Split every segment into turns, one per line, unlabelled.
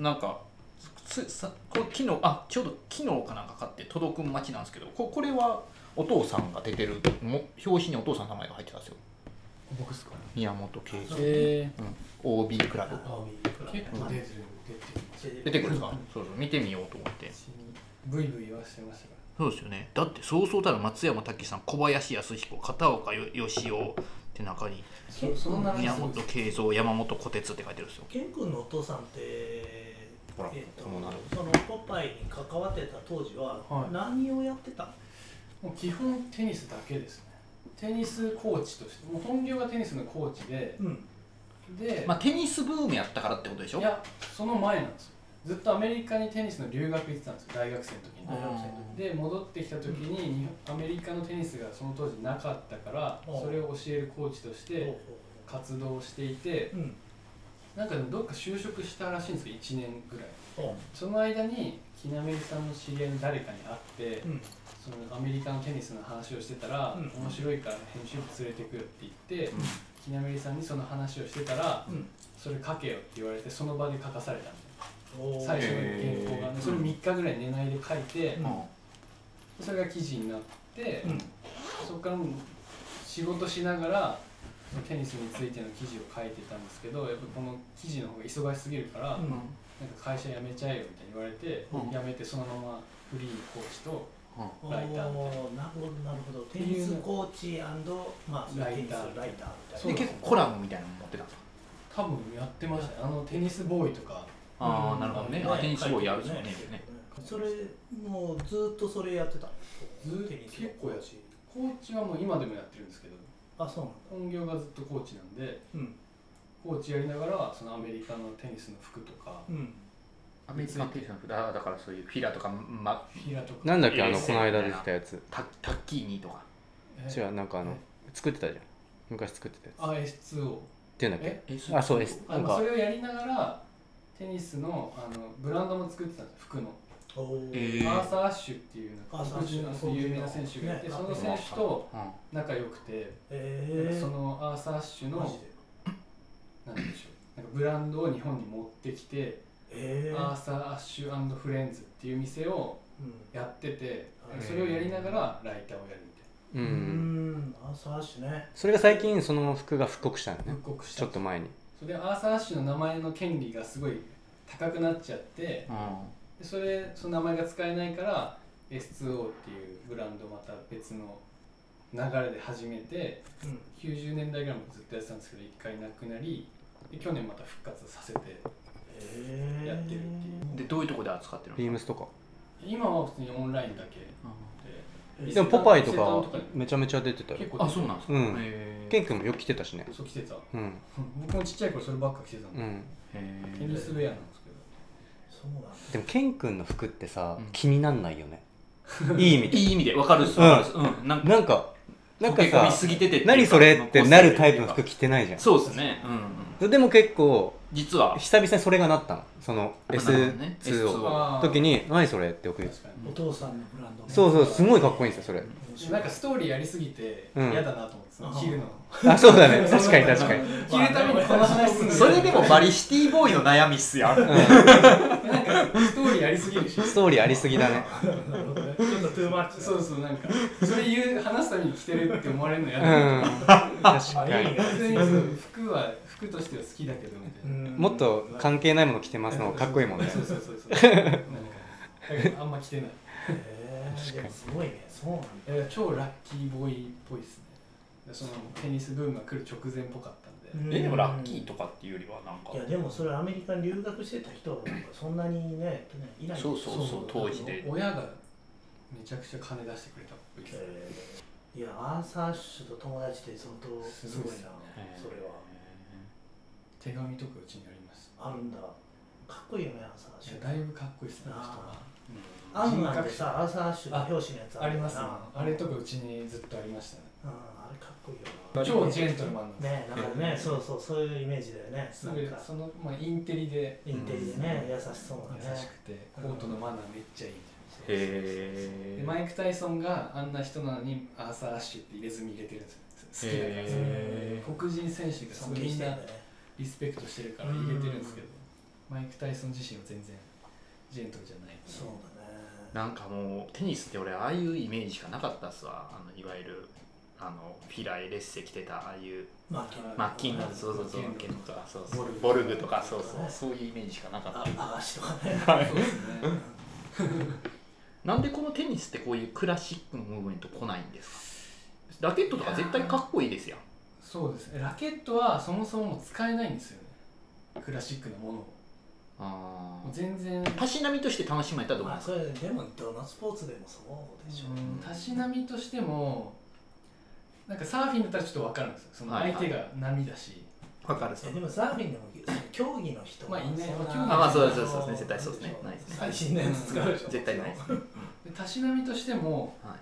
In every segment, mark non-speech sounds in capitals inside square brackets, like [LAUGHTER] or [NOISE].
なんかつさこれ昨日あちょうど昨日かなんか買って届く待ちなんですけどここれはお父さんが出てるも表紙にお父さんの名前が入ってたんですよ
僕ですか
宮本圭司、
え
うん、OB クラブ
青い
結
構
出てる
出てくるんですかそうそう見てみようと思って
ブイブイ言わせてましたか
そうですよねだってそうそうたる松山武さん小林康彦片岡よ義雄って中に
そそんな
宮本慶三山本虎鉄って書いてるんですよ
ケン君のお父さんって、
ほら
えっと
このなる
そのポパイに関わってた当時は
はい
何をやってたの、
もう基本テニスだけですねテニスコーチとしてもう本業がテニスのコーチで
うん、
で、
まあテニスブームやったからってことでしょ
いやその前なんですよずっとアメリカにテニスの留学行ってたんですよ大学生の時に、
うん
で戻ってきた時に日本アメリカのテニスがその当時なかったから
うん
それを教えるコーチとし
ほう
て
ほ
活動していて
ううん
なんかでもどっか就職したらしいんですよ1年ぐらい
ほ
その間に木南さんの知り合いの誰かに会って、
ううん
そのアメリカのテニスの話をしてたら、
うん
面白いから編集部連れてくよって言って、
うん
木南さんにその話をしてたら
うん
それ書けよって言われてその場で書かされたんです
おー
最初の原稿が
へー
ねそれ3日ぐらい寝ないで書いて
う、ん
それが記事になって、
うん
そこからもう仕事しながらテニスについての記事を書いてたんですけどやっぱこの記事の方が忙しすぎるから、
うん
なんか会社辞めちゃえよみたいに言われて、
うん
辞めてそのままフリーのコーチと
うん
おー
ライターみ
なるほどなるほどテニスコーチまあそう
ライ
テニス
ター
ライターみたい
そう
で
な
結構コラムみたいなの持ってたんですか
多分やってましたねあのテニスボーイとか
ああなるほどね
うん
あテニスボーイやるんですよね
それもうずっとそれやってたの
ずーっと
テニスの
結構やしコーチはもう今でもやってるんですけど
あそう
本業がずっとコーチなんで
なんだ
コーチやりながらそのアメリカのテニスの服とか
うんうん
アメリカンテニスの札だからそういうフィラとか、ま、
ヒラとか
なんだっけあのこの間出てたやつ
タタッキーニとか
え
違うなんかあの作ってたじゃん昔作ってたやつっ
あ S2O
ていうんだっ
え
けあそうです
あ
なん
まあ
か
それをやりながらテニスのあのブランドも作ってたんですよ服の
おー
えへー
アーサー・アッシュっていう
アーサーア
黒
ッシュ
人の有名な選手がいて
ね
その選手と仲良くてなん
え
か
ー
そのアーサー・アッシュ
マ
の
ジで
なんでしょうなんかブランドを日本に持ってきて
え
ア
ー
ーサー・アッシュフレンズっていう店を
う
やってて
はい
それをやりながらライターをやるみたい
うんん
うーんアーサーアッシュね
それが最近その服が復刻したんだ
な
ね
復刻し
ち
た
ょっと前に
それでアーサー・アッシュの名前の権利がすごい高くなっちゃって
う
でそれその名前が使えないから S2O っていうブランドをまた別の流れで始めて
うん
90年代ぐらいもずっとやってたんですけど一回なくなりで去年また復活させて
えー
やってるっていうん
でどういうとこで扱ってるの
ビームスとか
今は普通にオンラインだけで
でもポパイと
伊勢丹
かめちゃめちゃ出てたよ
結構
あそうなんですか
うん
へ
ケン君もよく着てたしね
そう着てた
うん
僕もちっちゃい頃そればっか着てたの、
う
テ
ん
え
ニスウェアなんですけど
そうなんだ
でもケン君の服ってさ
うん
気になんないよねいい意味
い [LAUGHS]
で
い意味でわかるっすわかるっすうんなんか
なんかなんか
溶け込み
さ
すぎててっていうか
何それってなるタイプの服
個性
着てないじ
とい
ゃ
うかそうですねうんうん
んでも結構
実は
久々にそれがなったのその
なるほどね
S2 を
S2
あー
時に何それって送る
確かに
お父さんのブランドね
そうそうすごいかっこいいんですよそれ
なんかストーリーやりすぎて
うん
嫌だなと思ってた、
あ
う
ー
着るの
あそうだね確かに確かに、
着るためにこの話する
それでもバリシティボーイの悩みっすやん
う
なんか [LAUGHS] ストーリーやりすぎるし
ん、ストーリーありすぎだね
なるほどねちょっとトゥーマッチだ
そうそうなんかそれ言う話すために着てるって思われるの
う
嫌だ、
ん確
あ
か
いい
に
ね
別にその服は服としては好きだけどみたいな、
うん
もっと関係ないもの着てますの方がかっこいいもんね
そうそうそうそうなんかだからあんま着てない
へーでもすごいねそうなんだ
いや超ラッキーボーイっぽいっすねそのテニスブームが来る直前っぽかったんで、
えでもラッキーとかっていうよりはなん
いや
か
でもそれアメリカに留学してた人はなんかそんなにねいない
そうそうそう当時で
親がめちゃくちゃ金出してくれたっぽいです
えーいやアーサーアッシュと友達って相当すごいな
す
それは
手紙とかうちにあります
あるんだかっこいいよねアーサーアッシ
いや
ュ
だいぶかっこいいっすねあの人は
あアンマンでさアーサーアッシュの表紙のやつ
ありますね
な
あれとかうちにずっとありましたね
うんあれかっこいいよ
超
な
ジェントルマンなんですよ
ねなんかねそうそうそういうイメージだよね
す
な
ごい
んか
その、まあ、インテリで
インテリでね優しそうな
優し
ね
くてコートのマナーめっちゃいい
そうそう
へ
でマイク・タイソンがあんな人なのにアーサー・アッシュって入れ墨入れてるんですよ好きだから
へ
黒人選手がす
尊
ごい
敬
み
し
ん
てんだ
な
ね
リスペクトしてるから入れてるんですけどマイク・タイソン自身は全然ジェントルじゃない
そうだね
なんかもうテニスって俺ああいうイメージしかなかったっすわあのいわゆるあのフィライレッセ着てたああいう
マッキン
マッキンのそうそうそう
マッキンロ
とかそうそうボ
ボ
ル
ル
グ
グ
とかそうそうそういうイメージしかなかった
あ足とかね
はい
そうですね
なんでこのテニスってこういうクラシックのムーブメント来ないんですかラケットとか絶対かっこいいですやん
[LAUGHS] そうですねラケットはそもそももう使えないんですよねクラシックなものを
あ
もう全然
ーたしなみとして楽しめたらどう
ま
なん
あ
ですか
それでもどのスポーツでもそうでしょう、
うんたしなみとしてもなんかサーフィンだったらちょっと分かるんですよその
はいはい
相手が波だし、
わかる
えでもサーフィンでも競技の人は
まあいない
そん
競技
あまあそうですそうですね絶対そうですねないですね
最新のやつ使うでしょ
絶対ないですね、
でたしなみとしても
はい、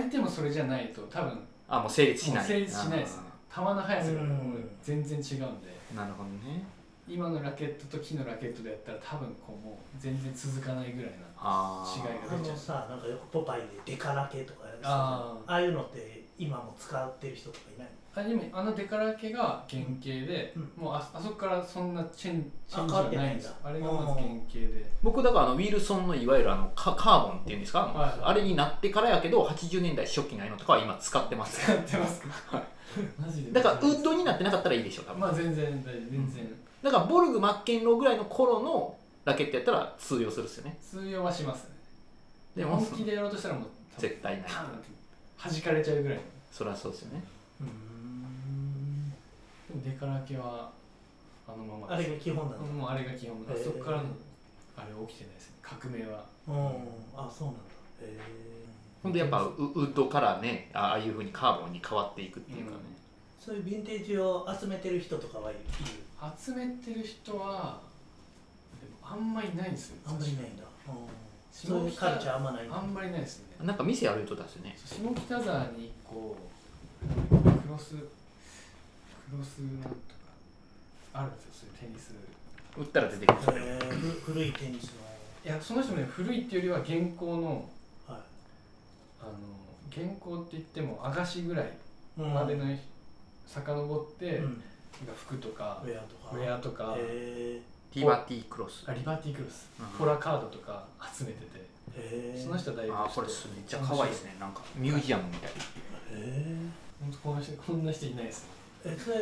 相手もそれじゃないと多分
あもう成立しない
もう成立しないですね球の速さがもう全然違うんで
あーなるほどね
今のラケットと木のラケットでやったら多分こうもう全然続かないぐらい
あ
な
ー
違い
あ
が出ちゃ
の
う
さなんかよくポパイでデカラケとかやる人
あ
ああいうのって今も使ってる人とかいないの
あでもあのデカラケが原型で、
う
もうああそこからそんなチェンチェンジ
あ変わ
は
って
な
ないい
ん
ん
で
だ
すあれがまず原型で
僕だからあのウィルソンのいわゆるあのカカーボンっていうんですか、あの
はい
あれになってからやけど80年代初期のああいうのとかは今使って
[LAUGHS]
ます
使ってますか [LAUGHS] マジで
だからウッドになってなかったらいいでしょ多分、
まあ全然大丈夫全然
だからボルグ・マッケンローぐらいの頃のラケットやったら通用するっすよね
通用はしますね
でも
本気でやろうとしたらもう多分
絶対ない
パーンって弾かれちゃうぐらい
そりゃそうですよね
うーん
でもデカラケはあのまま
あれが基本なの、
もうあれが基本だ、
へー
そこからのあれ起きてないですね革命は
うん、あそうなんだへえ
ほんでやっぱウウッドからねあああいうふうにカーボンに変わっていくっていうかね、
そういうヴィンテージを集めてる人とかはいる
集めてる人はでもあんまりいないんですよ
あんまりいないんだ、うん、
下北
そういうカルチャーあんまないんだ
あんまりいないですね
なんか店歩いとったっすよね
下北沢に1個クロスクロスなんとかあるんですよそういうテニス
売ったら出てくる
へえふ古いテニス
いやその人もね古いっていうよりは現行の
の、はい
あの現行って言ってもアガシぐらい
うん
までの遡って、
う
なん
ん、
か服とか
ウェアとか
ウェアとか、
へ
ティーバティークロス
あリバティクロス、
うん
ポラカードとか集めてて、
えへえ
その人はだいぶ
ああこれすめっちゃ可愛いですねなんかミュージアムみたい
へ
本当この人こんな人いないですね
ええそれ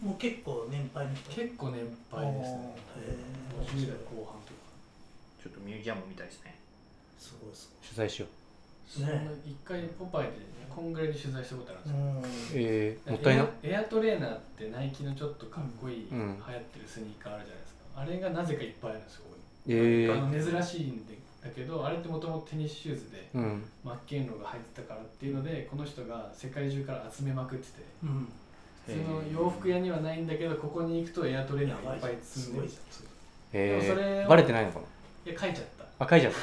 もう結構年配の人
結構年配ですね
へえ
50代後半とか
ちょっとミュージアムみたいですね
すごいす
取材しよう
そんな一回ポパイでこんぐらいで取材したことあるん
ご
で
い
すよ
うん
えー、もったいな
エアエアトレーナーってナイキのちょっとかっこいい、
うん
流行ってるスニーカーあるじゃないですかあれがなぜかいっぱいあるんですよここに
え
あ
ー、
の珍しいんでだけどあれってもともとテニスシューズで
うん
マッケンローが入ってたからっていうのでこの人が世界中から集めまくってて
うん
普通の洋服屋にはないんだけどここに行くとエアトレーナーがいっぱい積んでるい
え
でもそれ
ー、
を
バレてないのかな
や書いちゃった
あ、書いちゃった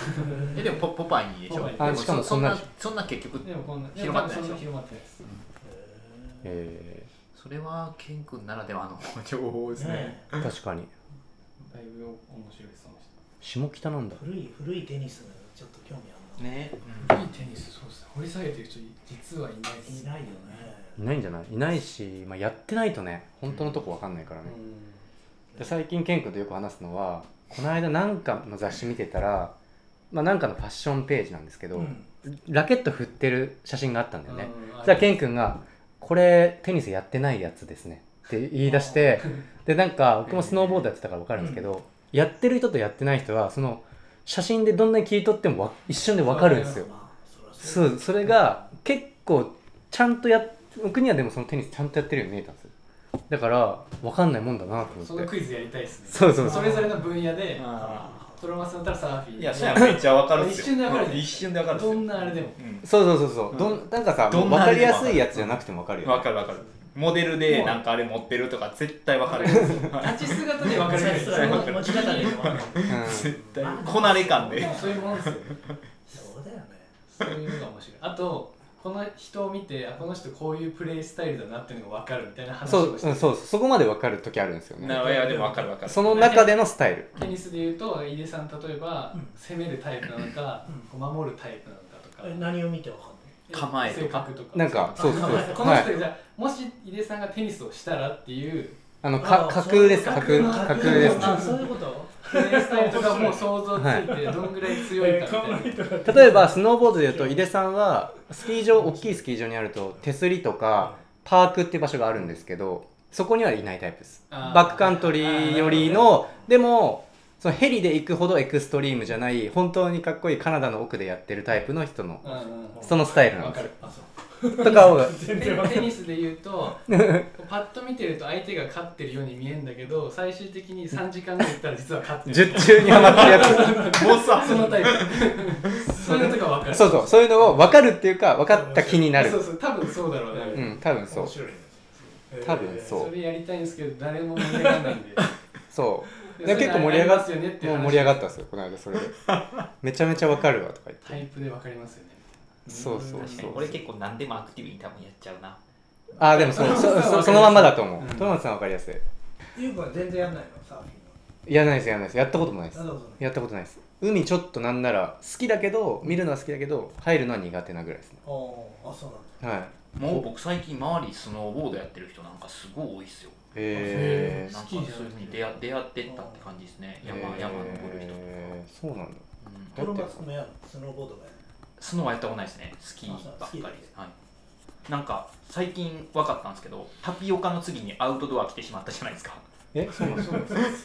えでもポポパイにでしょ
ポパイにあ
でも
しかも
そ
そんな
そんなそんな結局
でもこんな
広まってないでしょ
や多分そんな広まってないです
へ
え
それはケン君ならではの情報で
え
すね
ー、確かに
だいぶ面白いその人
下北なんだ
古い古いテニスのちょっと興味あるな、
ね
いいテニスそうですね掘り下げてる人実はいないです
いないよね
いないんじゃないいないし、まあ、やってないとね本当のとこわかんないからね、で最近ケン君とよく話すのはこの間なんかの雑誌見てたら、まあ、なんかのファッションページなんですけど、
うん
ラケット振ってる写真があったんだよね、
うん
じゃあケン君が「これテニスやってないやつですね」って言い出してでなんか僕もスノーボードやってたから分かるんですけど、やってる人とやってない人はその写真でどんなに切り取ってもわ一瞬で分かるんですよ
まあそりゃ
そううそれが結構ちゃんとやっ僕にはでもそのテニスちゃんとやってるように見えたんですよだから分かんないもんだなと
そ
思
の
って
クイズやりたいですね
そうそう
それぞれの分野で
あ
トロマスだったらサーフィン
いやそやめっちゃわかるっすよ
一瞬でわかる
うん一瞬でわかるっすよ
どんなあれでも
うん
そうそうそうそう、どんなんかさ
どん
分
なあ
か
れ
り
でも
やすいやつじゃなくても分かるよ、ね、
わかるわかるモデルでなんかあれ持ってるとか絶対わかる
立ち姿で分か
そ
るぐらい
りゃそう持ち方でもある
うん
絶対こなれ感で
そういうものですよ
そうだよね
そういうのが面白いあとこの人を見てあこの人こういうプレイスタイルだなっていうのが分かるみたいな話
そ
を
う
して
うんそうそこまで分かる時あるんですよね
なあいやでもわかるわかる
その中でのスタイル
テニスでいうと井出さん例えば、
うん
攻めるタイプなのか、こう守るタイプなのかとか、
え何を見てわかん
構
ない
えとか
性格とか
なんかそうそう
こ
そう
の
は
人
い
がじゃあもし井出さんがテニスをしたらっていう
あの
あ
か
ーそ
架
う
空
いう
です架空架空です
あ、そういうこと
プレイスタイルがもう想像ついてどんぐらい強いかみたいな、
例えばスノーボードでいうと井出さんはスキー場大きいスキー場にあると手すりとかパークっていう場所があるんですけどそこにはいないタイプです
あー
バックカントリーよりのでもそのヘリで行くほどエクストリームじゃない本当にかっこいいカナダの奥でやってるタイプの人の
うんうん
そのスタイルなん
わ
で
かる
あ、そう
すとかを
全然わかん
テテ
ない
ニスで言うとパッと見てると相手が勝ってるように見えるんだけど最終的に3時間後行ったら実は勝ってる
術中にはまってるや
もうさ
そのタイプそういうのとか分かる
つそうそうそういうのを分かるっていうか分かった気にな
そう
る
そう多分そうだろうね、
うん多分そう
面白いね
多分そう
それやりたいんですけど誰も盛り上がらないん
[LAUGHS]
で
そ
で
結構盛り上がっ
それありますよねっていう
うもう
話
盛り上がったんですよこの間それでめちゃめちゃ分かるわとか言
タ
っ
イ
て
プで分かりますよね
そうそう
確か
そ
に
う
俺結構何でもアクティブに多分やっちゃうな
ああでもそうそそそのまんまだと思う、トマトさんわかりやすい
ゆうくんは全然やんないのサーフィ
やらないですやらないですやったこともないです
ンの。なるほどね。
やったことないです海ちょっとなんなら好きだけど見るのは好きだけど入るのは苦手なぐらいですね
あーあ、そうなんだ。
はい
もう僕最近周りスノーボードやってる人なんかすごい多いっすよ
へえ
なんか
スキーじゃなくて
そういうふうに出会出会ってったって感じですね山山登る人とか、
そうなんだ
うん
プロマツもやるのスノーボードがやる
スノーはやったことないですねスキーばっ
あ
か
そうスキ
り
ーだ
です、はい、なんか最近分かったんですけどタピオカの次にアウトドア来てしまったじゃないですか
えそうなんだ
そう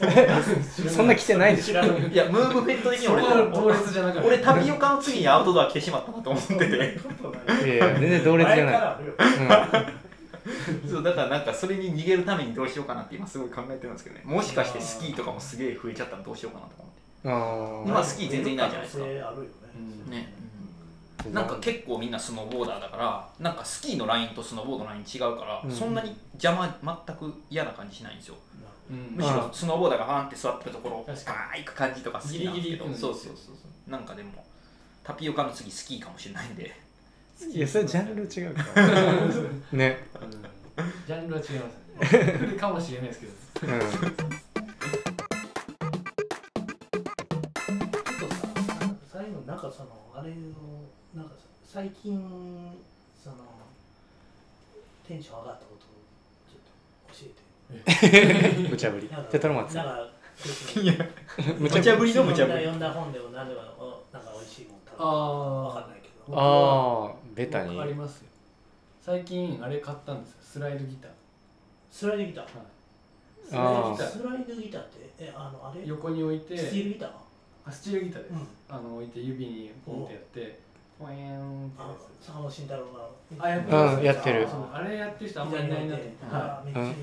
そんな来てない
[LAUGHS]
でし
知
ょ
らない
[LAUGHS] いやムーブメント的に
そこ
俺
は同列じゃなかった
俺タピオカの次にアウトドア来てしまったなと思ってて [LAUGHS]
いやいや全然同列じ
前
ゃな
か
い
らあるよ
そうだからなんかそれに逃げるためにどうしようかなって今すごい考えてるんですけどねもしかしてスキーとかもすげえ増えちゃったらどうしようかなと思って
うんあ
今
ー
スキー全然いないじゃないですか
可能性あるよね。
うん
ね、なんか結構みんなスノーボーダーだからなんかスキーのラインとスノーボードのライン違うから、
うん
そんなに邪魔全く嫌な感じしないんですよ
なる
う
む
ん
しろ
ああ
スノーボーダーがバーンって座ってるところバ
確かに
ーン行く感じとか好きなんですけど
ギリギリ行くんです
そ
よ
うそうそうそうなんかでもタピオカの次スキーかもしれないんで
いやそれジャンル違う
[LAUGHS]
からね
ジャンルは違いますね来るかもしれないです [LAUGHS] けど
うん
ほどちょっとさ、なんか最後になんかそのあれをなんかさ最近そのテンション上がったことをちょっと教
[LAUGHS] 無茶ぶり
えて。なんか
じゃあトロマツ
な
さ
ん
ん
か
無
茶ぶりの無茶ぶり
読んだ本でも何でもおなんか美味しいもん食べた。わか
あ
んないけど。
僕は
ああベタに
ありますよ最近あれ買ったんですよスライドギター
スライドギター。スライドギター。スライドギターってえあのあれ？
横に置いて
スチールギター？
あスチールギターです、
うん
あの置いて指にポンってやってポエーンって
あ
や
の坂本慎太郎が。
あやっ
ぱうんやってる
つそうあれやってる人あんまりいないなと思って、は
あーめっちゃいい。
い、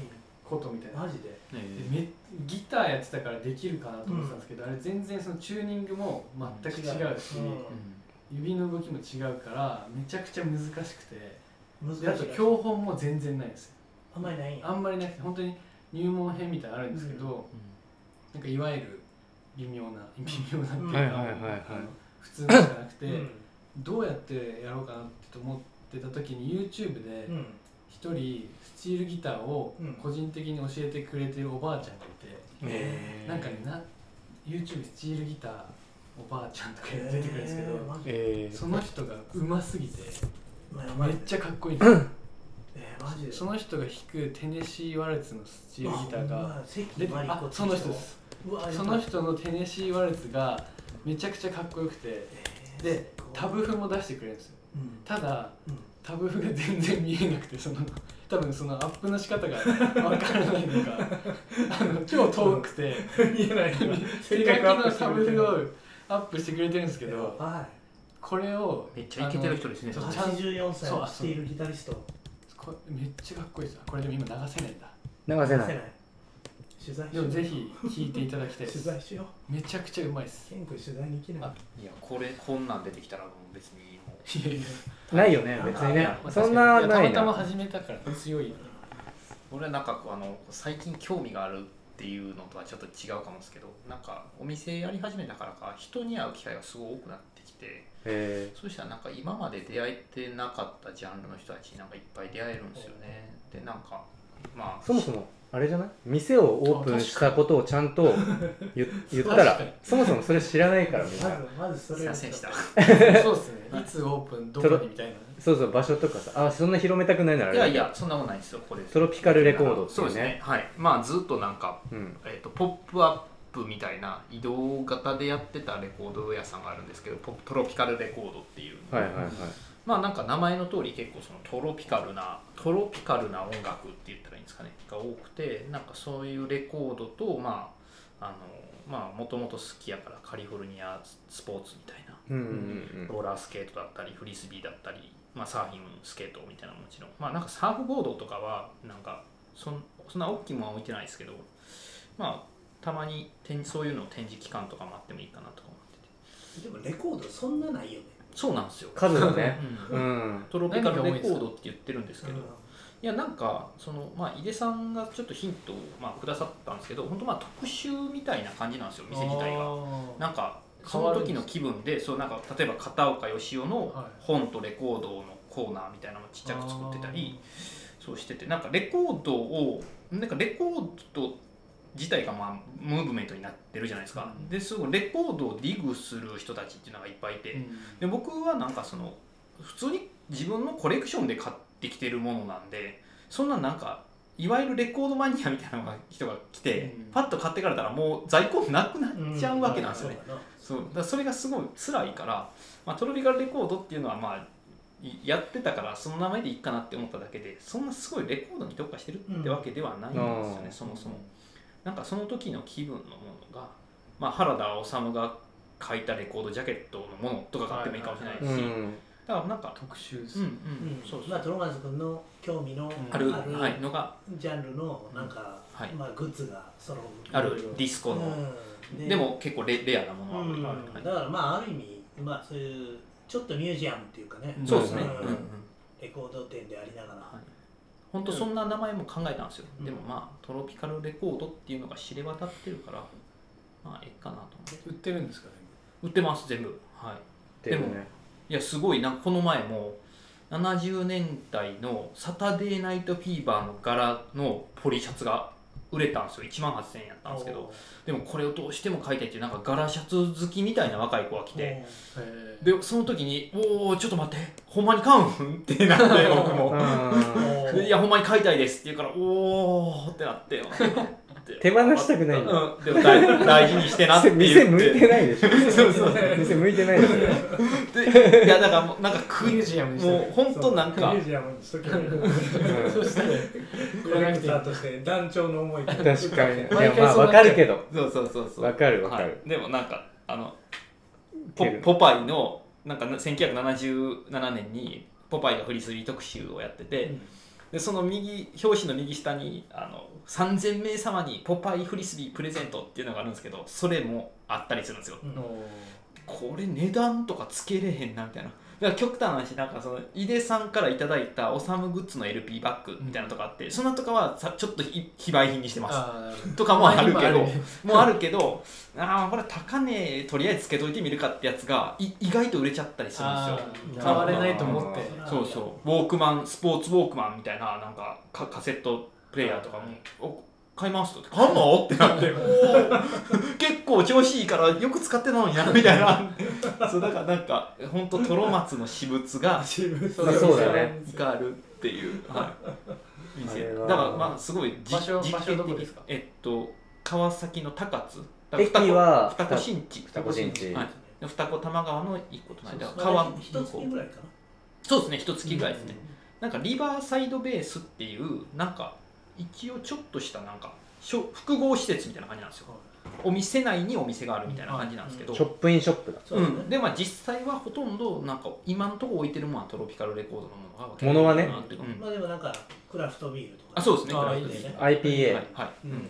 ことみたいな
マジで。
でめギターやってたからできるかなと思ってたんですけど、あれ全然そのチューニングも全く違うし、指の動きも違うからめちゃくちゃ難しくて
うん
であ
難し
と
い。
教本も全然ないんですよ
あんまりないんや。
あんまりなくて本当に入門編みたいなのあるんですけど、なんかいわゆる微妙な微妙なっていうか、
はいはいはいはい
あの普通のじゃなくて、
うん
どうやってやろうかなって思ってた時に YouTube で
うん。
一人スチールギターを
うん
個人的に教えてくれてるおばあちゃんがいて、
えー
なんかねな YouTube スチールギターおばあちゃんとかやっててくるんですけど、
えーマジ
え
その人がうますぎて
ま
めっ
ゃ。
ちゃかっこいいんですよ
えーマジで。
その人が弾くテネシー・ワルツのスチールギター
あほん
が
まや関
で
マリコ
あその人で。す
うわ
その。人のテネシー・ワルツがめちゃくちゃかっこよくてでタブ譜も出してくれるんですよ
うん。
ただ
うん
タブ譜が全然見えなくてその多分そのアップの仕方がわからないの [LAUGHS] かあの超遠く [LAUGHS] て
[LAUGHS]
見えないから
手書きのタブ譜をアップしてくれてるんですけ
や
ど
ば
これを
めっちゃイケてる人ですね
い。
そう
それ
ちゃん
84
そう
歳スティールギタリスト。
これめっちゃかっこいいですよこれでも今流せないんだ
流せ
出
な
せ
い
ない。取材し
で
よ
も
う。
ぜひ聴いていただきたいで
取
す
材しよう。
めちゃくちゃうまいです
健君取材に行きない
あ。
いやこれこんなん出てきたらもう別にもう
いやいや
ないよね別にね
まあ
そんな
確か
な
に
い
やたまたま
な
始めたから強い
俺はなんかこうあの最近興味があるっていうのとはちょっと違うかもですけどなんかお店やり始めたからか人に会う機会がすごい多くなってきて
え
そうしたらなんか今まで出会えてなかったジャンルの人たちになんかいっぱい出会えるんですよねでなんかまあ
ーそもそもあれじゃない店をオープンしたことをちゃんと言言ったら
確かに
そもそもそれ知らないからみん
ま
な
ずまずそ
す
れ
い
を
ませんでした。
そうですねいつオープンどこにみたいな
そうそう場所とかさあそんな広めたくないならあ
い
れだ
や
け
い
ど
や、そんなことないですよ、これ。
トロピカルレコードっていうね
そうですね。はい。まあ、ずっとなんか、
うん
えっとポップアップみたいな移動型でやってたレコード屋さんがあるんですけどポトロピカルレコードっていうの
はいはいはい
まあなんか名前の通り結構そのトロピカルなトロピカルな音楽って言ったらいいんですかねが多くてなんかそういうレコードとまああのまあもともと好きやからカリフォルニアスポーツみたいな
うんうんうん
ローラースケートだったりフリスビーだったり、まあ、サーフィンスケートみたいなのももちろんまあなんかサーフボードとかはなんかそんそんな大きいものは置いてないですけどまあたまに展そういうのを展示期間とかもあってもいいかなとか思ってて
でもレコードそんなないよね
そうなんですよ、
数が
[LAUGHS] う
ね
ん
うん
トロピカルレコードって言ってるんですけど、
うん
いやなんかその、まあ、井出さんがちょっとヒントを、まあ、くださったんですけど本当まあ特集みたいな感じなんですよ店自体が。
は
なんかそ
変
の
わるん
時
です
の気分でそうなんか例えば片岡義雄の
はい
本とレコードのコーナーみたいなのをちっちゃく作ってたりそうしててなんかレコードをなんかレコード自体がまあムーブメントになってるじゃないですか、
うん
ですごいレコードをディグする人たちっていうのがいっぱいいて、で僕はなんかその普通に自分のコレクションで買ってきてるものなんでそんななんかいわゆるレコードマニアみたいなのが人が来て、
うん
パッと買ってからたらもう在庫なくなっ
うん
ちゃうわけなんですよね、
そうだな
そうだからそれがすごい辛いから、まあ、トロピカルレコードっていうのはまあいやってたからその名前でいいかなって思っただけでそんなすごいレコードに特化してるってわけではないんですよね、
うん
そもそも。なんかその時の気分のものが、まあ、原田修が書いたレコードジャケットのものとか買ってもいいかもしれないし、
うん
だからなんか、
特集です
うんう
ね
ん
う、ん
そうそう
まあトロマンズ君の興味
う
の
ん
あるはい、のが
ジャンルのなんか、
はい
まあ、グッズが揃う
あるディスコの、
うん
でも結構レレアなものは
うん
あ
だ
る、
か
はい
らまあある意味、まあ、そういうちょっとミュージアムっていうかね、
うん
そうですね、うん
ん
うん
レコード店でありながら、
はい本当そんな名前も考えたんですよ、
うん
でもまあトロピカルレコードっていうのが知れ渡ってるからまあええかなと思って
売ってるんですかね
売ってます全部はい
でも
でも
ね
いやすごいなこの前も70年代の「サタデーナイトフィーバー」の柄のポリシャツが売れたんですよ1万8000円やったんですけどでもこれをどうしても買いたいっていうなんか柄シャツ好きみたいな若い子が来て
へー
でその時に「おおちょっと待ってほんまに買うん?」ってなって [LAUGHS] 僕も
うん
「いやほんまに買いたいです」って言うから「おお」ってな [LAUGHS] って
手放したくないんだ
うん、でも大大事にしてなって言って
店向いてないでしょ
そうそう
店向いてないでしょ
でいやだからもうなんか食い
ミュージアムにして
もう本当なんか
ミュージアムにしとけばいい
うん
コレクターとして団長の思い確
確かにい
毎
や
回
まあ
そうなっちゃう
わかるけど
そうそうそうそう
わかるわかる
はいでもなんかあのポ
ける
ポパイのなんかな1977年にポパイがフリスリー特集をやってて、でその右表紙の右下にあの3000名様にポパイフリスビープレゼントっていうのがあるんですけどそれもあったりするんですよ
うん
お
これ値段とかつけれへんなみたいなだから極端な話なんかその井出さんからいただいたオサムグッズの LP バッグみたいなのとかあって、そんなとかはさちょっと非非売品にして
ー
ます
あー
とかもあるけ
まあ
ど
今あるね、
もうあるけど、ああ、これ高値とりあえずつけといてみるかってやつがい意外と売れちゃったりするんですよ。
あー買われないと思って
ー
そうそう、ウォークマン、スポーツウォークマンみたいな、なんかカカセットプレイヤーとかも、お買いますとって、買うのってなって、お [LAUGHS] ー結構調子いいからよく使ってたのにな、みたいな。そうだからなんか、ほんとトロマツの私物が、
まあそうだよね
があるっていう、はい、
あれ
店だ
は
からまあすごいじ
場所
実験
場所ど
的
こですか
えっと川崎の高津
駅は
二子新地
二子新地
はいで二子玉川の一個隣で川
川一月ぐらいか
そうですね一月ぐらいですね、なんかリバーサイドベースっていうなんか一応ちょっとしたなんかしょ複合施設みたいな感じなんですよお店内にお店があるみたいな感じなんですけど、
ショップインショップだ
う
なだね
ん、でまあ実際はほとんどなんか今のところ置いてるものはトロピカルレコードのものが分けられ
ものはね
るかなっていううん
まあでもなんかクラフトビールとか
あそうですね
あー
クラフ
いい
ト
で
ビー
す
ル
ね
IPA
はいはい
うん
うん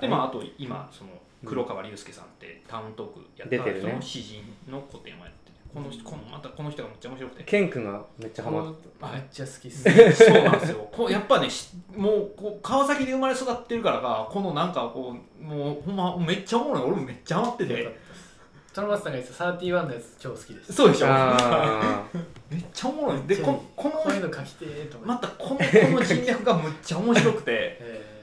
でまああと今その黒川隆介さんってタウントークや
出て
っ
る
た
ね
その詩人の個展をやっててこの人このまたこの人がめっちゃ面白くて
ケン君がめっちゃハマっ
この
は
め
い
っちゃ好きっ
[LAUGHS]
す
そうなんですよこうやっぱねしもうこう川崎で生まれ育ってるからかこのなんかこうもうほんまめっちゃおもろい俺もめっちゃハマってて
[LAUGHS] トロマツさんが言ってた31のやつ超好きです
そうでしょ
あー
めっちゃおもろいでここ
こういう
の
の書きてーと思
ま
っ
[LAUGHS]
て
たこのこの人脈がむっちゃ面白くて
え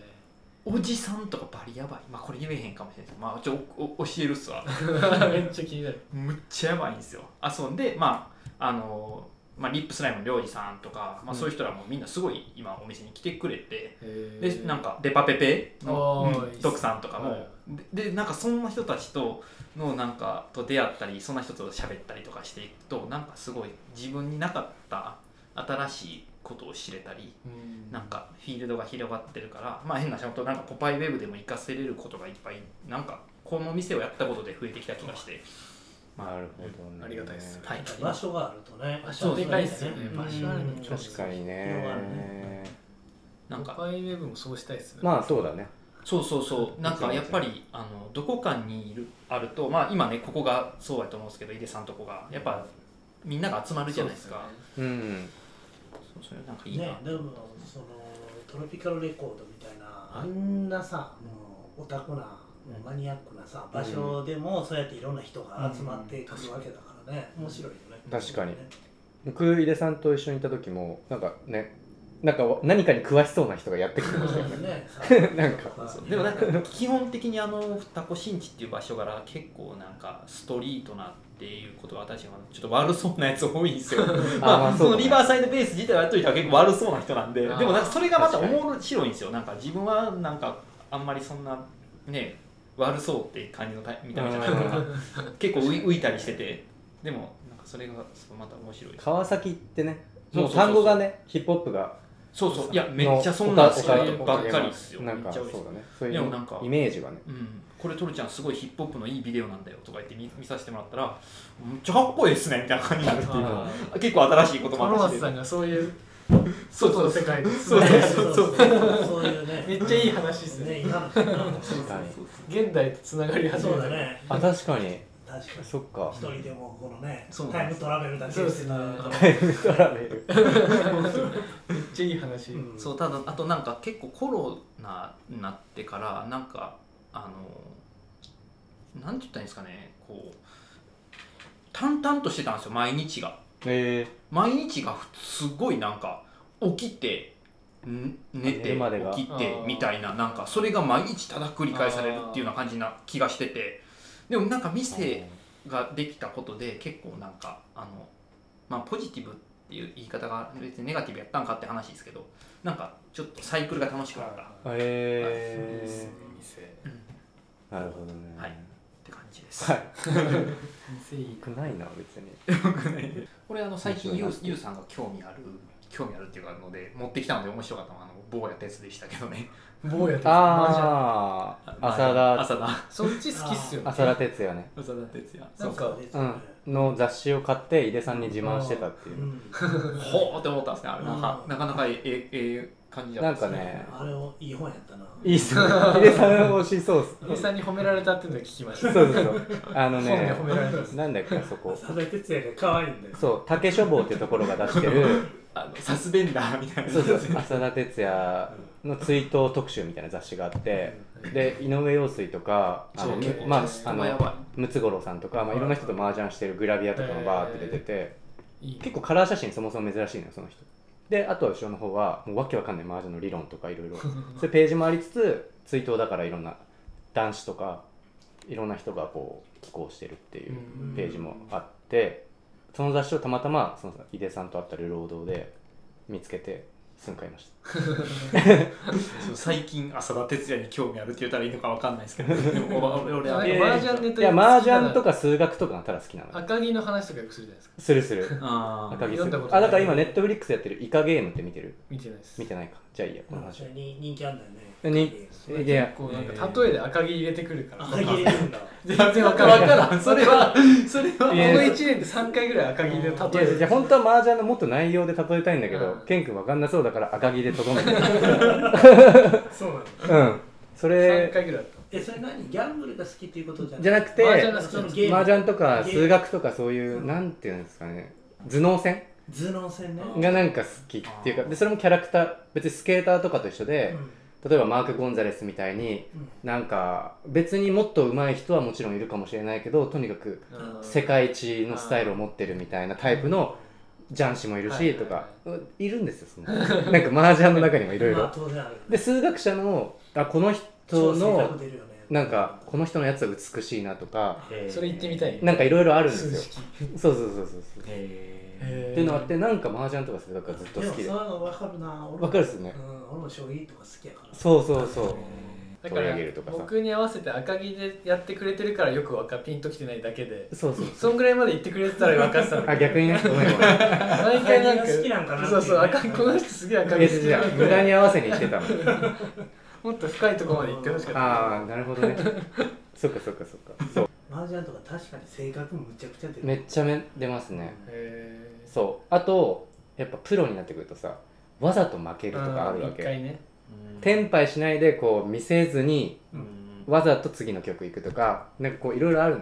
おじさんとかバリやばいまあこれ言えへんかもしれないですけどまあちょおお教えるっすわ
[LAUGHS] めっちゃ気になる
むっちゃやばいんですよ遊んでまああのまあ、リップスライムの領事さんとか、まあ、そういう人らもみんなすごい今お店に来てくれて、でなんかデパペペの
あー
うん
いいっすね
徳さんとかも、
はい
ででなんかそんな人たちとのなんかと出会ったりそんな人と喋ったりとかしていくとなんかすごい自分になかった新しいことを知れたり
うん
なんかフィールドが広がってるから、まあ、変な仕事なんかポパイウェブでも活かせれることがいっぱいなんかこの店をやったことで増えてきた気がして
なるほどね
ありがたいっす
はい
場所があるとね
場所でかいっすよね
うん
場所あるのちょっと
確かに
広がる
ね
なんか
ポパイウェブもそうしたいっすね
まあそうだね
そうそうそうなんかやっぱりあのどこかにいるあるとまあ今ねここがそうやと思うんですけど井出さんとこがやっぱみんなが集まるじゃないですか
うん
そうそれなんかいいな、
ねでもそのトロピカルレコードみたいなあんなさもうオタクな
うん
マニアックなさ場所でもそうやっていろんな人が集まってくるわけだからね面白いよね
確かに僕井出さんと一緒にいた時もなんかねなんか何かに詳しそうな人がやってきてましたよね
ね
なんか
そうそうでもなんか基本的にあのタコ新地っていう場所から結構なんかストリートなっていうことは私はちょっと悪そうなやつ多いんです [LAUGHS] よまあ
まあそう
そ
だ
の
ね
リバーサイドベース自体はやっといたら結構悪そうな人なんでで
あー
もなんかそれがまた
確かに
面白いんですよなんか自分はなんかあんまりそんなね悪そうって感じのタイ見た目じゃないから結構浮浮いたりしててでもなんかそれがそうまた面白いです
[LAUGHS] 川崎ってね
そう
も
そうそうそ
う
う
単語がねヒップホップが
そうそういやめっちゃそんなん好きな人ばっかりですよめ
な
っ
ん
ち
か
ゃ
そう
嬉しい
だねそうい
でもなんか
うイメージがね
うん、これトルちゃんすごいヒップホップのいいビデオなんだよとか言って見見させてもらったらめっちゃかっこいいですねみたいな感じになるっていうか
あ
結構新しいこと
ー
も
カロ
あ
マ
る
ス
し
さんがそういう
そう
外
そ
の
うそ
世
う
界です
そう
ね
そうそうそうそういうね
めっちゃいい話ですね
ねいい話だな
はい
現代とつながり始め
そう
た
だね
あ確かに
確かに
そっか [LAUGHS]
一人でもこのね
そう
タイムトラベルだけ
そうで
して
す
た
ね
ら
タイムトラベル
めっちゃいい話
うん
そうただあとなんか結構コロナになってからなんかあのなんて言ったらいいんですかねこう淡々としてたんですよ毎日が
え
毎日がすごいなんか起きてん寝
寝
て
るまでが
起き
あ
て
ー
みたいななんかそれが毎日ただ繰り返されるっていうような感じな気がしててでもなんか店ができたことで結構なんかあの、まあ、ポジティブっていう言い方が別にネガティブやったんかって話ですけどなんかちょっとサイクルが楽しくなったっ
ーえ
店
ー、なるほどね
はいて感じです。
はい
店いい
良くないな別 [LAUGHS] に
これあの最近ゆうゆうさんが興味ある興味あるっていうかので持ってきたので面白かったのはあの坊や鉄でしたけどね。
坊やですマ
ああ浅
[LAUGHS]
田
浅田
ジャそっち好きっすよね
浅田哲也ね
浅田哲也
なんか
うんの雑誌を買って井出さんに自慢してたっていううん
ほーって思ったんですねあれなんか
うん
なかなかええええ感じだった
なんかね
あれをいい本やったない
いっすね井出さん推しそうっす
伊さんに褒められたっていうのは聞きまし
そう
た
そうそうあの
本で
ね
褒められたんです
なんだっけあそこ
佐田哲也が可愛いんだよ
そう竹書房ってところが出してる
[LAUGHS] あのサスペンダーみたいな
そうそう
[LAUGHS]
浅田哲也の追悼特集みたいな雑誌があってで井上陽水とかあ
そう
の
結構
ま
雑誌
ああ
とかや
の
ばい
ムツゴロウさんとか、まあ、いろんな人と麻雀してるグラビアとかもバーって出てて
いい
結構カラー写真そもそも珍しいのよその人であと後ろの方はもうわけわかんない麻雀の理論とかいろいろそういうページもありつつ追悼だからいろんな男子とかいろんな人がこう寄稿してるっていう
うん
ページもあってその雑誌をたまたまその井出さんと会ったる労働で見つけてすぐ買いました
そう最近浅田哲也に興味あるって言ったらいいのかわかんないです
[LAUGHS]
けどでもお俺あの
いやいや麻雀ネタ
いや麻雀とか数学とかがただ好きなのよ
赤城の話とかよくするじゃないですか
するする
あ
赤
ー
読
木す
んだ
る
ことない
あだから今ネットフリックスやってるイカゲームって見てる
見てないです
見てないかじゃあいいやこの話は
に人気あんだよね
に
それ
いや
結構なんか例えで赤城入れてくるから
あ入れるんだ
全然わ
わ
かんない
からんそれはそれはい
やこの1年で3回ぐらい赤城で例
いや
え
じゃ
て
あ本当は麻雀のもっと内容で例えたいんだけど、
うん
ケン君わかんなそうだから赤木でとど [LAUGHS] めて
そうなの
うんそ
3
れ
回ぐらいだっ
えそれ何ギャンブルが好きっていうことじゃ
じゃ
な
な
く
く
た麻雀
て
が好きなんです
ゲーム
麻雀とか
ゲーム
数学とかそういうなんていうんですかね頭脳戦
頭脳戦ね
がなんか好きっていうかでそれもキャラクター別にスケーターとかと一緒で、例えばマーク・ゴンザレスみたいに
うん
なんか別にもっと上手い人はもちろんいるかもしれないけどとにかく
た
世界一のスタイルを持ってるみたいなタイプの雀士もいる
はいはい
し
はい
とか、いるんですよその [LAUGHS] なんかマージャンの中にもいろい
まあ
ろ
当然あるよね
で数学者のあこの人
超性
の
格出るよね
なんかこの人のやつは美しいなとか
へー
それ言ってみたい
なんかいろいろあるんで
数
すよ
式
そうそうそうそうそう
へ
っていうのあってなんかマージャンとか数学がずっと好き
で
で
もそういうの分かるな俺も
わかるっすね
うん俺も将棋とか好きやから
そうそうそう
だか
取り
ら
上げるとかさ
僕に合わせて赤木でやってくれてるからよくわかピンときてないだけで
そうそう
そんぐらいまで言ってくれてたら分かってた
[LAUGHS]
んだ
あ
けど
逆にねごめんごめん
毎回なんか
赤木が好きなんかなっていうね
そうそう赤木この人すげえ赤
いや
木好き
じゃ
な
あ
の
無駄に合わせに行って [LAUGHS] たの
もっと深いところまで行ってほしかった
ああなるほどねそっかそっかそっかそう
マージャンとか確かに性格むちゃくちゃ出る
めっちゃめ出ますね
へー
そうあとやっぱプロになってくるとさわざと負けるとかあるわ
一回
け
ね
天
テンパイしないでこう見せずに
うん
わざと次の曲行くとかなんかこういろいろあるの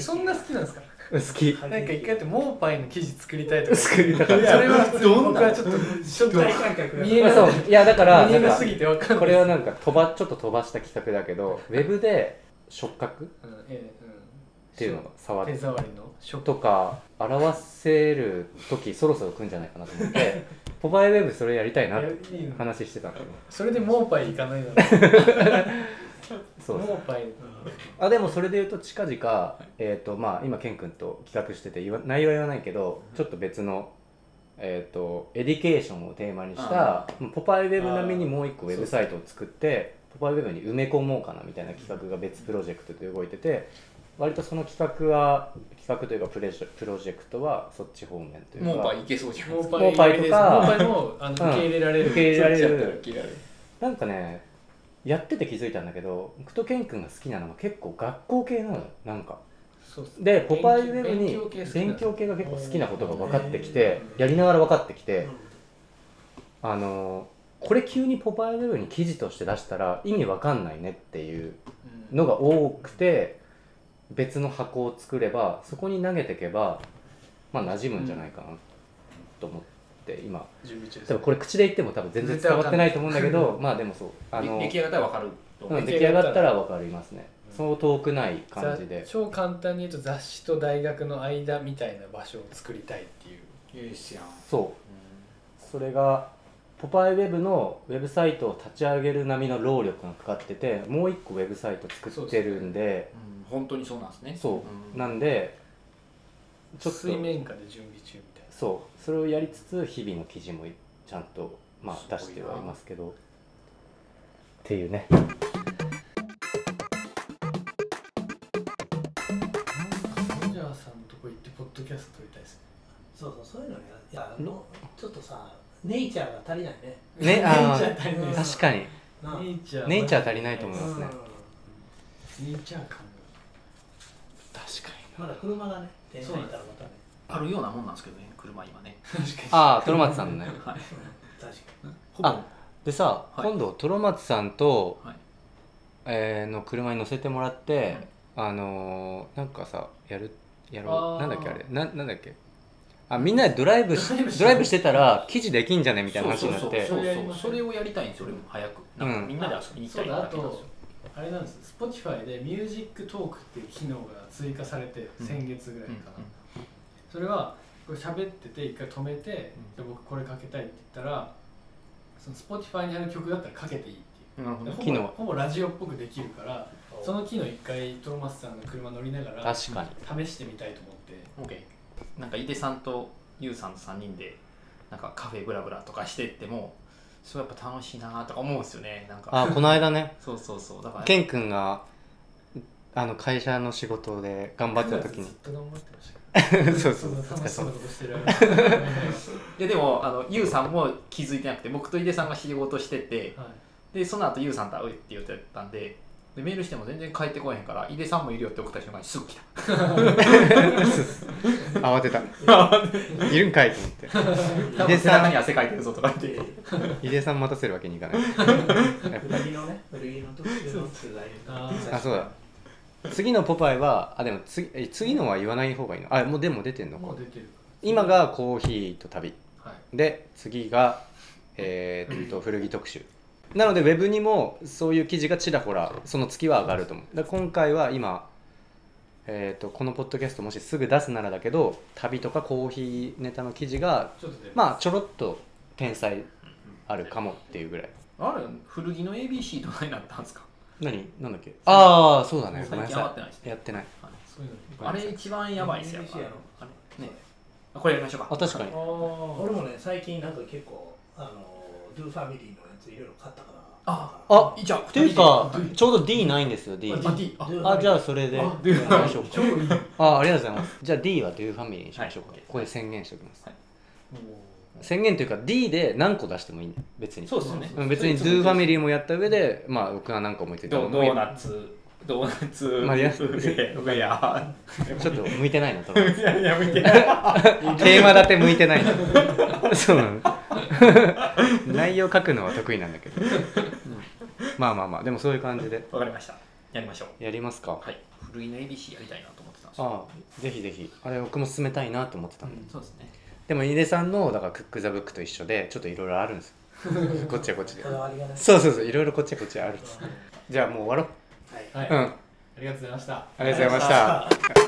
そんな好きなんですか
好き
な
な
んか一回やってモーパイの記事作りたいとか
作りたかっ
いやそれは普通に僕はちょっとちょっと
大感覚
見
た
え
ま
な
あ
い [LAUGHS]
そういやだから
見
な
え
ん
な
か
すぎて分かんない
これはなんか飛ばちょっと飛ばした企画だけどウェブで触覚っ
うんええうん
ていうのが触
手
る
触りのショッ
とか表せる時そろそろ来るんじゃないかなと
[LAUGHS]
思ってポパイウェブそれやりたいなって
クいやいいの
話してたんだけど
それでモーパイ行かないだろ
そうそう
モーパイ
あでもそれで言うと近々、えーとまあ、今ケン君と企画してて言わ内容は言わないけどちょっと別の、えー、とエディケーションをテーマにしたポパイウェブ並みにもう一個ウェブサイトを作ってポパイウェブに埋め込もうかなみたいな企画が別プロジェクトで動いてて割とその企画は企画というかプレジェプロジェクトはそっち方面というか
モーパイいけそうじゃん
モー
モーパ
パ
イ
イ
と
ですモ
か
ーパイもあの受け入れられる
受け入れられ
そっちやったら
る
受け入れられる
なんかねやってて気づいたんだけど僕とケン君が好きなのが結構学校系なのなんか。
そうっす
で「ポパイウェブ」
勉強系好きなんで
に
す
勉強系が結構好きなことが分かってき
へ
てやりながら分かってき
な
て
るほ
あのーこれ急に「ポパイウェブ」に記事として出したら意味分かんないねっていう
うん
のが多くて別の箱を作ればそこに投げてけばまあ馴染むんじゃないかなと思って今
準備中です
多分これ口で言っても多分全然伝わってないと思うんだけどまあでもそうあの
で出来上がったら分かると思
う
うん
出来上がったら分かりますねそう遠くない感じで
ざ超簡単に言うと雑誌と大学の間みたいな場所を作りたいっていう
いいっすやん
そうそれがポパイウェブのウェブサイトを立ち上げる並みの労力がかかっててもう一個ウェブサイト作ってるんで
うん本当にそうなんですね
そう,、
うん
なんでちょっと
水面下で準備中みたいな
そうそれをやりつつ日々の記事もちゃんと、まあ、出
す
し
ごいな
てはいますけどっていうね
ロジャーさんのとこ行ってポッドキャスト撮りたいです
どそうそうそういうのやいやあのちょっとさネイチャーが足りないね
ねあー
足りない
確かに
なあ
ねネイチャー
ネイチャー足りないと思い
うん
ますね
ネイチャー
確
感
かに
まだ車がね手に入ったらまたね
あるようなもんなんですけどね車今ね
ああトロマツさんのね
はい
うん確か
ほぼ
あでさ、
はい
今度トロマツさんと、
はい
えーの車に乗せてもらって、あのーなんかさやるや
あ
ろう
ー
なんだっけあれななんだっけあみんなでドライブし
ドライブして
ドライブしてたら記事できんじゃねみたいな話になって
そうそうそう
それやり
そう
ましょ
そうれをやりたいんですよ俺も早くなんか
うん
みんなで遊びに行きたい
あ
だ
そ
け
う
な
だ
んですよ
あれなんですよ Spotify で「ミュージックトーク」っていう機能が追加されて
うん
先月ぐらいかな、
うん
それはこれ喋ってて一回止めて、じゃあ僕これかけたいって言ったらその Spotify にある曲だったらかけていいっていう
なるほど
でほ
機能
ぼほぼラジオっぽくできるからその機能一回トロマスさんの車乗りながら試
確かに
してみたいと思って
オッケーなんか井出さんとゆうさんと3人でなんかカフェブラブラとかしてってもそうやっぱ楽しいなとか思うんですよねなんか
あこの間ね
そうそうそうだから
ケン君があの会社の仕事で頑張ってた
[LAUGHS]
時に
ずっと頑張ってました
[LAUGHS] そうそう
そんな楽し [LAUGHS] そうなことしてる
[LAUGHS]
間に
いやでもあのゆうさんも気づいてなくて僕と井出さんが仕事してて
はい
でその後ゆうさんと会うって言ってたんででメールしても全然帰ってこへんから井出さんもいるよって送った瞬間にすぐ来た
慌てたいるんかいと思って
多分背中に汗かいてるぞとか言って
井出さん待たせるわけにいかない
に古着のね古着の特集の取材
あー
あそうだ次の「ポパイは」あでも次え次のは言わない方がいいのあもうでも出てんの
も
か
う出てる
今がコーヒーと旅
はい
で次が、えーっと古着特集なのでウェブにもそういう記事がちらほらその月は上がると思うだから今回は今えー、とこのポッドキャストもしすぐ出すならだけど旅とかコーヒーネタの記事が
ちょっとでも
まあちょろっと天才あるかもっていうぐらい
あれ古着の ABC とかになったんですか
何なんだっけああそうだねごめん
最
な
近上がっ
さ
てないです
いや
ね
ってない
そういうのいっぱい
あれ一番やばいですよ
ABC やろ
あれねあこれやりましょうか
あ確かに
あー
俺もね最近なんか結構あのドゥファミリーのやついろいろ買ったから
あ
あ
じゃあ
っていうかちょうど D ないんですよ D
あ D あ
あじゃあそれで
あ
やりましょう
超 [LAUGHS]
か
いい
あありがとうございますじゃあ D は Do ファミリーにしましょうか、
はい
ここで宣言しておきます、
はい
宣言というか D で何個出してもいい別に
そうですよね
うん別に Do ファミリーもやった上でまあ僕が何個思いついた
ド
の
ド
も
ーナツドーナツ
まあいや
ウェア
ちょっと向いてないなと思いま
[LAUGHS]
す
いやいや見てない
テーマ立て向いてないな [LAUGHS] そうなの内容書くのは得意なんだけどまあまあまあでもそういう感じで
わかりましたやりましょう
やりますか
はい古いの ABC やりたいなと思ってたんですよ
ああぜひぜひあれ僕も進めたいなと思ってたんで、
そうですね
でも井出さんのだからクック・ザ・ブックと一緒でちょっといろいろある
[LAUGHS]
んですよこっちはこっちで
こだわりがね
そうそうそういろいろこっちはこっちはあるんですじゃあもう終わろ
はい
はい、
ううん
ありがとうございました
ありがとうございました